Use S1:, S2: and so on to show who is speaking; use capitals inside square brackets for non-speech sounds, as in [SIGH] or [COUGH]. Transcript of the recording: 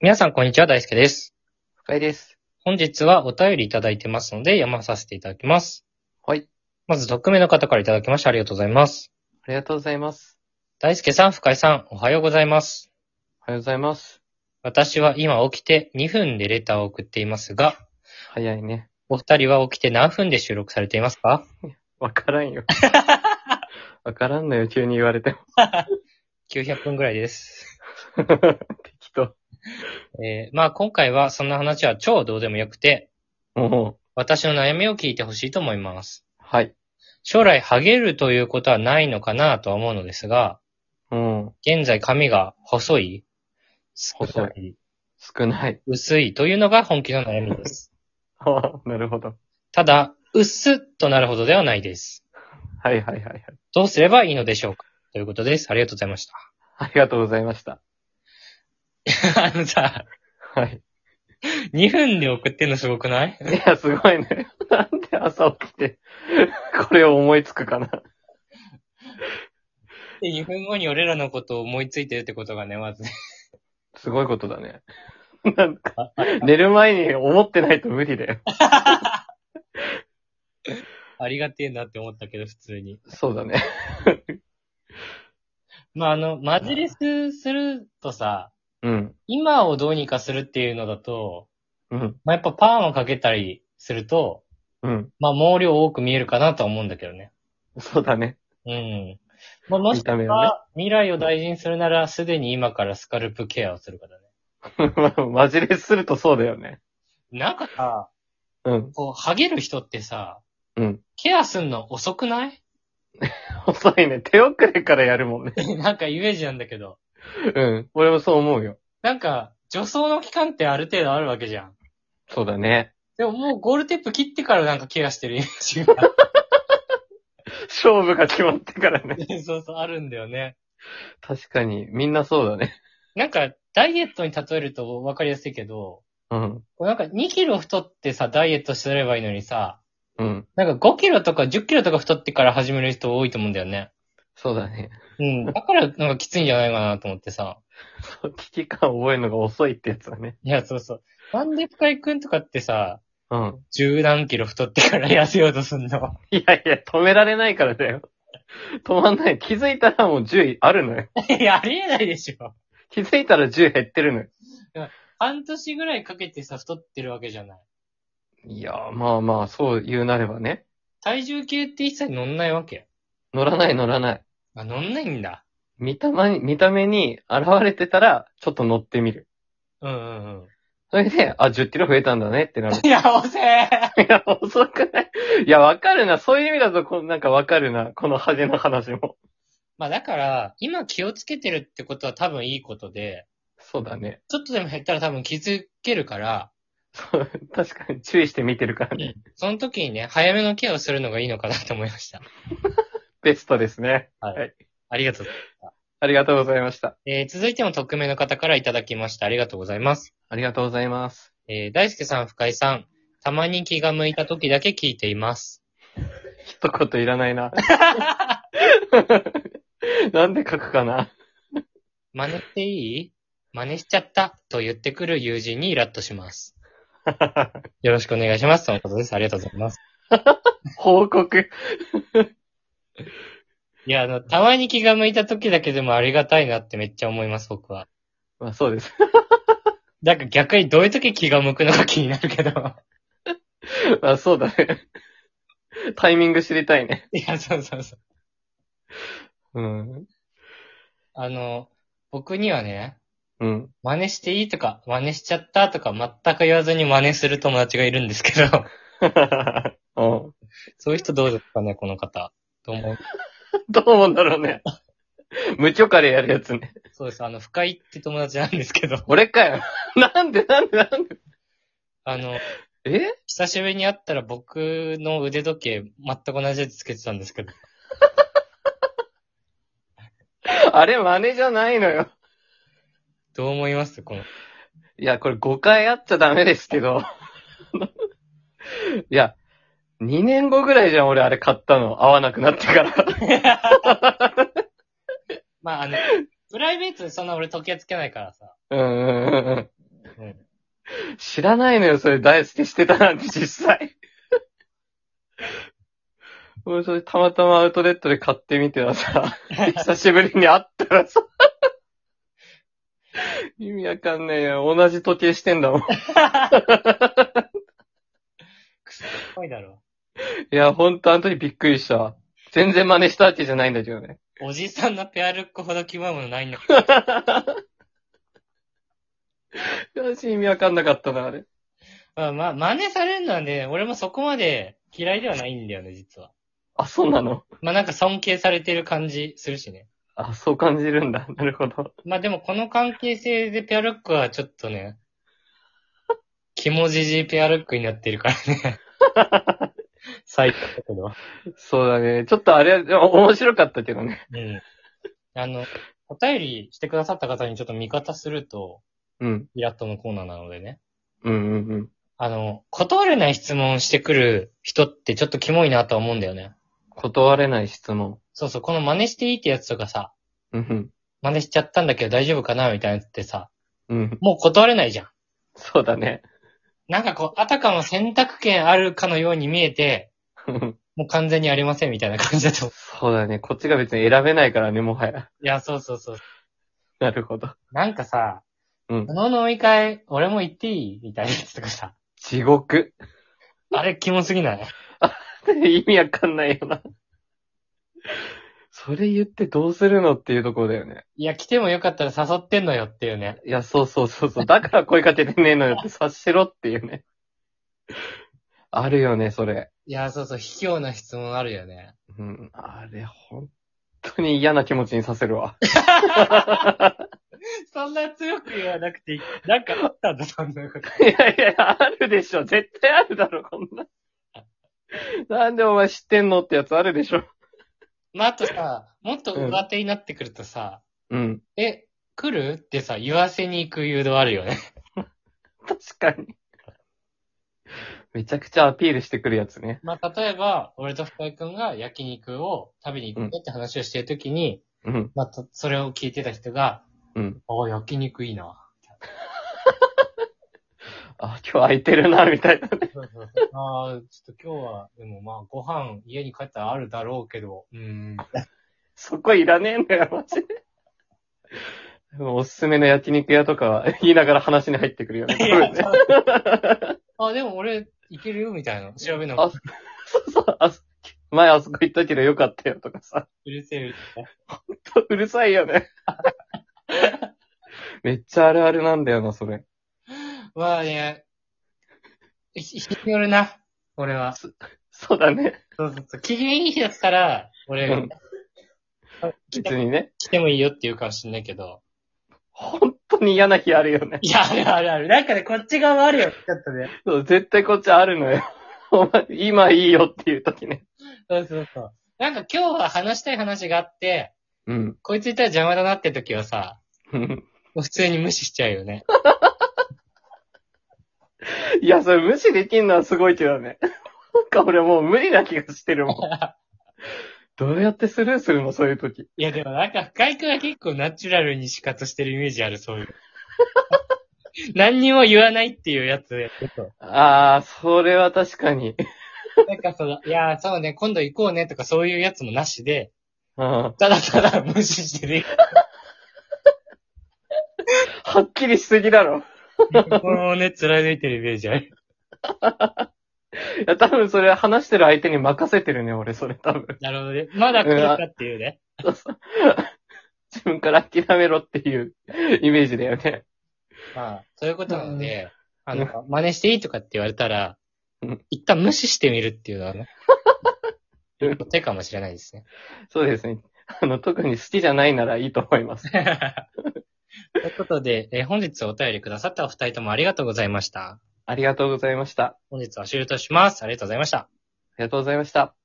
S1: 皆さん、こんにちは。大輔です。
S2: 深井です。
S1: 本日はお便りいただいてますので、読まさせていただきます。
S2: はい。
S1: まず、匿名の方からいただきましてありがとうございます。
S2: ありがとうございます。
S1: 大輔さん、深井さん、おはようございます。
S2: おはようございます。
S1: 私は今起きて2分でレターを送っていますが、
S2: 早いね。
S1: お二人は起きて何分で収録されていますか
S2: わから
S1: [LAUGHS]
S2: んよ。わからんのよ、急に言われても。
S1: ?900 分ぐらいです。
S2: [LAUGHS] 適当。
S1: えー、まあ今回はそんな話は超どうでもよくて、
S2: もう、
S1: 私の悩みを聞いてほしいと思います。
S2: はい。
S1: 将来ハゲるということはないのかなとは思うのですが、
S2: うん。
S1: 現在髪が細い、少
S2: 細
S1: い、
S2: 少ない。 [LAUGHS]
S1: 薄いというのが本気の悩みです。
S2: ああ、なるほど。
S1: ただ、薄っとなるほどではないです。
S2: はいはいはいはい。
S1: どうすればいいのでしょうかということです。ありがとうございまし
S2: ありがとうございました。
S1: た。 [LAUGHS] あのさ、
S2: はい。
S1: 2分で送ってんのすごくない
S2: いや、すごいね。 [LAUGHS] なんで朝起きて、これを思いつくかな。
S1: で ?2 分後に俺らのことを思いついてるってことがね、まず。
S2: すごいことだね。 [LAUGHS] なんか、寝る前に思ってないと無理だよ。
S1: ありがてえなって思ったけど、普通に。
S2: そうだね。
S1: まあ、あの、マジレスするとさ、
S2: うん。
S1: 今をどうにかするっていうのだと、
S2: うん。
S1: まあ、やっぱパーマかけたりすると、
S2: うん。
S1: まあ、毛量多く見えるかなとは思うんだけどね。
S2: そうだね。
S1: うん。まあ、もし
S2: 見た目はね。
S1: は未来を大事にするなら、すでに今からスカルプケアをするからね。
S2: [LAUGHS] まあマジレスするとそうだよね。
S1: なんかさ、
S2: うん。
S1: こう、ハゲる人ってさ、
S2: うん。
S1: ケアすんの遅くない
S2: 遅いね。手遅れからやるもんね。
S1: なんかイメージなんだけど。
S2: うん。俺もそう思うよ。
S1: なんか、助走の期間ってある程度あるわけじゃん。
S2: そうだね。
S1: でももうゴールテープ切ってからなんかケアしてるイメージが。
S2: 勝負が決まってからね。
S1: [LAUGHS] そうそう、あるんだよね。
S2: 確かに、みんなそうだね。
S1: なんか、ダイエットに例えるとわかりやすいけど、
S2: うん。
S1: こうなんか2キロ太ってさ、ダイエットすればいいのにさ、
S2: うん。
S1: なんか5キロとか10キロとか太ってから始める人多いと思うんだよね。
S2: そうだね。
S1: うん。だから、なんかきついんじゃないかなと思ってさ。
S2: そう、危機感覚えるのが遅いってやつだね。
S1: いや、そうそう。なんで深井くんとかってさ、
S2: うん。
S1: 十何キロ太ってから痩せようとすんの [LAUGHS]
S2: いやいや、止められないからだよ。止まんない。気づいたらもう10あるのよ。
S1: いや、ありえないでしょ。
S2: 気づいたら10減ってるのよ。
S1: 半年ぐらいかけてさ、太ってるわけじゃない。
S2: いやー、まあまあ、そう言うなればね。
S1: 体重計って一切乗んないわけ。
S2: 乗らない乗らない。
S1: あ、乗んないんだ。
S2: 見たまに、見た目に現れてたら、ちょっと乗ってみる。
S1: うんうんうん。 [LAUGHS]
S2: それで、あ、10キロ増えたんだねってなる。 [LAUGHS]
S1: いや、おせー [LAUGHS]
S2: いや、遅くないいや、わかるな。そういう意味だと、こうなんかわかるな。このハゲの話も。 [LAUGHS]
S1: まあだから、今気をつけてるってことは多分いいことで、
S2: そうだね。
S1: ちょっとでも減ったら多分気づけるから、
S2: そう、確かに注意して見てるからね。
S1: その時にね、早めのケアをするのがいいのかなと思いました。
S2: ベストですね。
S1: ありがとうございます
S2: ありがとうございました。
S1: えー続いても匿名の方からいただきました。ありがとうございます。
S2: ありがとうございます。
S1: えー大輔さん、深井さん、たまに気が向いた時だけ聞いています。
S2: 一言いらない [LAUGHS] な。なんで書くかな。
S1: 真似していい真似しちゃったと言ってくる友人にイラッとします。よろしくお願いします。とのことです。ありがとうございます。
S2: 報告。
S1: いや、あの、たまに気が向いた時だけでもありがたいなってめっちゃ思います、僕は。
S2: まあそうです。
S1: なんか逆にどういう時気が向くのか気になるけど。 [LAUGHS]
S2: まあそうだね。タイミング知りたいね。
S1: いや、そうそうそう。
S2: うん。
S1: あの、僕にはね、
S2: うん。 [LAUGHS]
S1: 真似していいとか、真似しちゃったとか、全く言わずに真似する友達がいるんですけど、 [LAUGHS]
S2: うん
S1: そういう人どうですかね、この方。と思う。
S2: どう思うんだろうね。無許可でやるやつね。
S1: そうです。あの、深井って友達なんですけど、 [LAUGHS]
S2: 俺かよ。 [LAUGHS] なんでなんでなんで
S1: あの、
S2: え
S1: 久しぶりに会ったら僕の腕時計、全く同じやつつけてたんですけど、
S2: あれ真似じゃないのよ。
S1: どう思いますこの。
S2: いや、これ5回あっちゃダメですけど。 [LAUGHS] いや、2年後ぐらいじゃん、俺あれ買ったの。合わなくなって [LAUGHS] から。
S1: まあ、あの、プライベートでそんな俺時計つけないからさ、
S2: うんうんうんうん。知らないのよ、それ大好きしてたなんて実際。 [LAUGHS] 俺それたまたまアウトレットで買ってみては [LAUGHS] さ、久しぶりに会ったらさ、 [LAUGHS] 意味わかんねえよ。同じ時計してんだもん。
S1: くそ、怖いだろ。
S2: いや、ほんとあの時びっくりしたわ。全然真似したわけじゃないんだけどね。
S1: おじさんのペアルックほどキモいものないんだ
S2: 私意味わかんなかったな、あれ。
S1: まあまあ、真似されるのはね、俺もそこまで嫌いではないんだよね、実は。
S2: あ、そうなの
S1: まあなんか尊敬されてる感じするしね。
S2: あ、そう感じるんだ。なるほど。
S1: まあでもこの関係性でペアルックはちょっと [LAUGHS] ね、キモじじいペアルックになってるからね。 [LAUGHS] 最高だけど。
S2: そうだね。ちょっとあれ、でも面白かったけどね。
S1: うん。あの、お便りしてくださった方にちょっと味方すると、
S2: うん。
S1: イラッとのコーナーなのでね。
S2: うんうんうん。
S1: あの、断れない質問してくる人ってちょっとキモいなとは思うんだよね。
S2: 断れない質問。
S1: そうそう、この真似していいってやつとかさ、
S2: うん
S1: 真似しちゃったんだけど大丈夫かなみたいなやつってさ、
S2: うん。うん。
S1: もう断れないじゃん。
S2: そうだね。 [LAUGHS]
S1: なんかこう、あたかも選択権あるかのように見えて、
S2: うん
S1: もう完全にありませんみたいな感じだと思
S2: そうだね。こっちが別に選べないからね、もはや。
S1: [LAUGHS] う。いや、そうそうそう。
S2: なるほど。
S1: なんかさ、
S2: うん
S1: この飲み会、俺も行っていいみたいなやつとかさ、 [LAUGHS]
S2: 地獄。 [LAUGHS]
S1: あれ、キモすぎない
S2: 意味わかんないよな。それ言ってどうするのっていうところだよね。
S1: いや、来てもよかったら誘ってんのよっていうね。
S2: いや、そうそうそうそう。だから声かけてねえのよ [LAUGHS] って察しろっていうね。あるよね、それ。
S1: いや、そうそう、卑怯な質問あるよね。
S2: うん。あれ、本当に嫌な気持ちにさせる [LAUGHS] わ。
S1: [LAUGHS] そんな強く言わなくていい。なんかあったんだ、そんなこと。
S2: いやいや、あるでしょ。絶対あるだろ、こんな。なんでお前知ってんのってやつあるでしょ。
S1: まあ、あとさ、もっと上手になってくるとさ、
S2: うん。
S1: え、来るってさ、言わせに行く誘導あるよね。
S2: 確かに。めちゃくちゃアピールしてくるやつね。
S1: まあ、例えば、俺と深井くんが焼肉を食べに行くねって話をしてるときに、
S2: うん。
S1: まあ、とそれを聞いてた人が、
S2: うん。
S1: ああ、焼肉いいな。
S2: あ、今日空いてるな、みたいな。
S1: [LAUGHS] ああ、ちょっと今日は、でもまあ、ご飯家に帰ったらあるだろうけど、うーん。
S2: そこいらねえんだよ、マジで。でもおすすめの焼肉屋とかは言いながら話に入ってくるよね。多分ね
S1: [LAUGHS] あ、でも俺、いけるよ、みたいな。調べるの
S2: あそうそうあそ前あそこ行ったけどよかったよとかさ。
S1: うるせえ。
S2: ほんとうるさいよ [LAUGHS] ね。めっちゃあるあるなんだよな、それ。
S1: まあね、ひ人によるな、俺は。そ
S2: そうだね。
S1: うそうそう。機嫌いい日だったら、俺
S2: うん
S1: があ来
S2: 別
S1: て
S2: にね。
S1: 来てもいいよって言うかもしんないけど。
S2: 本当に嫌な日あるよね。
S1: いや、あるあるある。なんかね、こっち側もあるよ。ちょっとね。
S2: そう絶対こっちあるのよ。お前、今いいよっていう時ね。
S1: そうそうそう。なんか今日は話したい話があって、
S2: うん。
S1: こいついたら邪魔だなって時はさ、
S2: うん
S1: もう普通に無視しちゃうよ [LAUGHS] ね。
S2: いや、それ無視できんのはすごいけどね。なんか俺もう無理な気がしてるもん。 [LAUGHS] どうやってスルーするのそういう時。
S1: いや、でもなんか深井くんは結構ナチュラルに仕方してるイメージある、そういう。 [LAUGHS] 何にも言わないっていうやつで。
S2: あー、それは確かに。
S1: なんかその、いやー、そうね、今度行こうねとかそういうやつもなしで、
S2: うん。は
S1: ただただ無視して [LAUGHS] る。
S2: っきりしすぎだろ。
S1: もうね、貫いてるイメージある。
S2: いや、多分それ話してる相手に任せてるね、俺、それ多分。
S1: なるほどね。まだ来るかっていうね。
S2: 自分から諦めろっていうイメージだよね。
S1: まあ、そういうことなので、あの、真似していいとかって言われたら
S2: うん、
S1: 一旦無視してみるっていうのは
S2: [LAUGHS]
S1: ね
S2: うん、
S1: 手かもしれないですね。
S2: そうですね。あの、特に好きじゃないならいいと思います。
S1: ということで、えー本日お便りくださったお二人ともありがとうございました。
S2: ありがとうございました。あ
S1: 本日は終了とします。ありがとうございました。
S2: りがとうございました。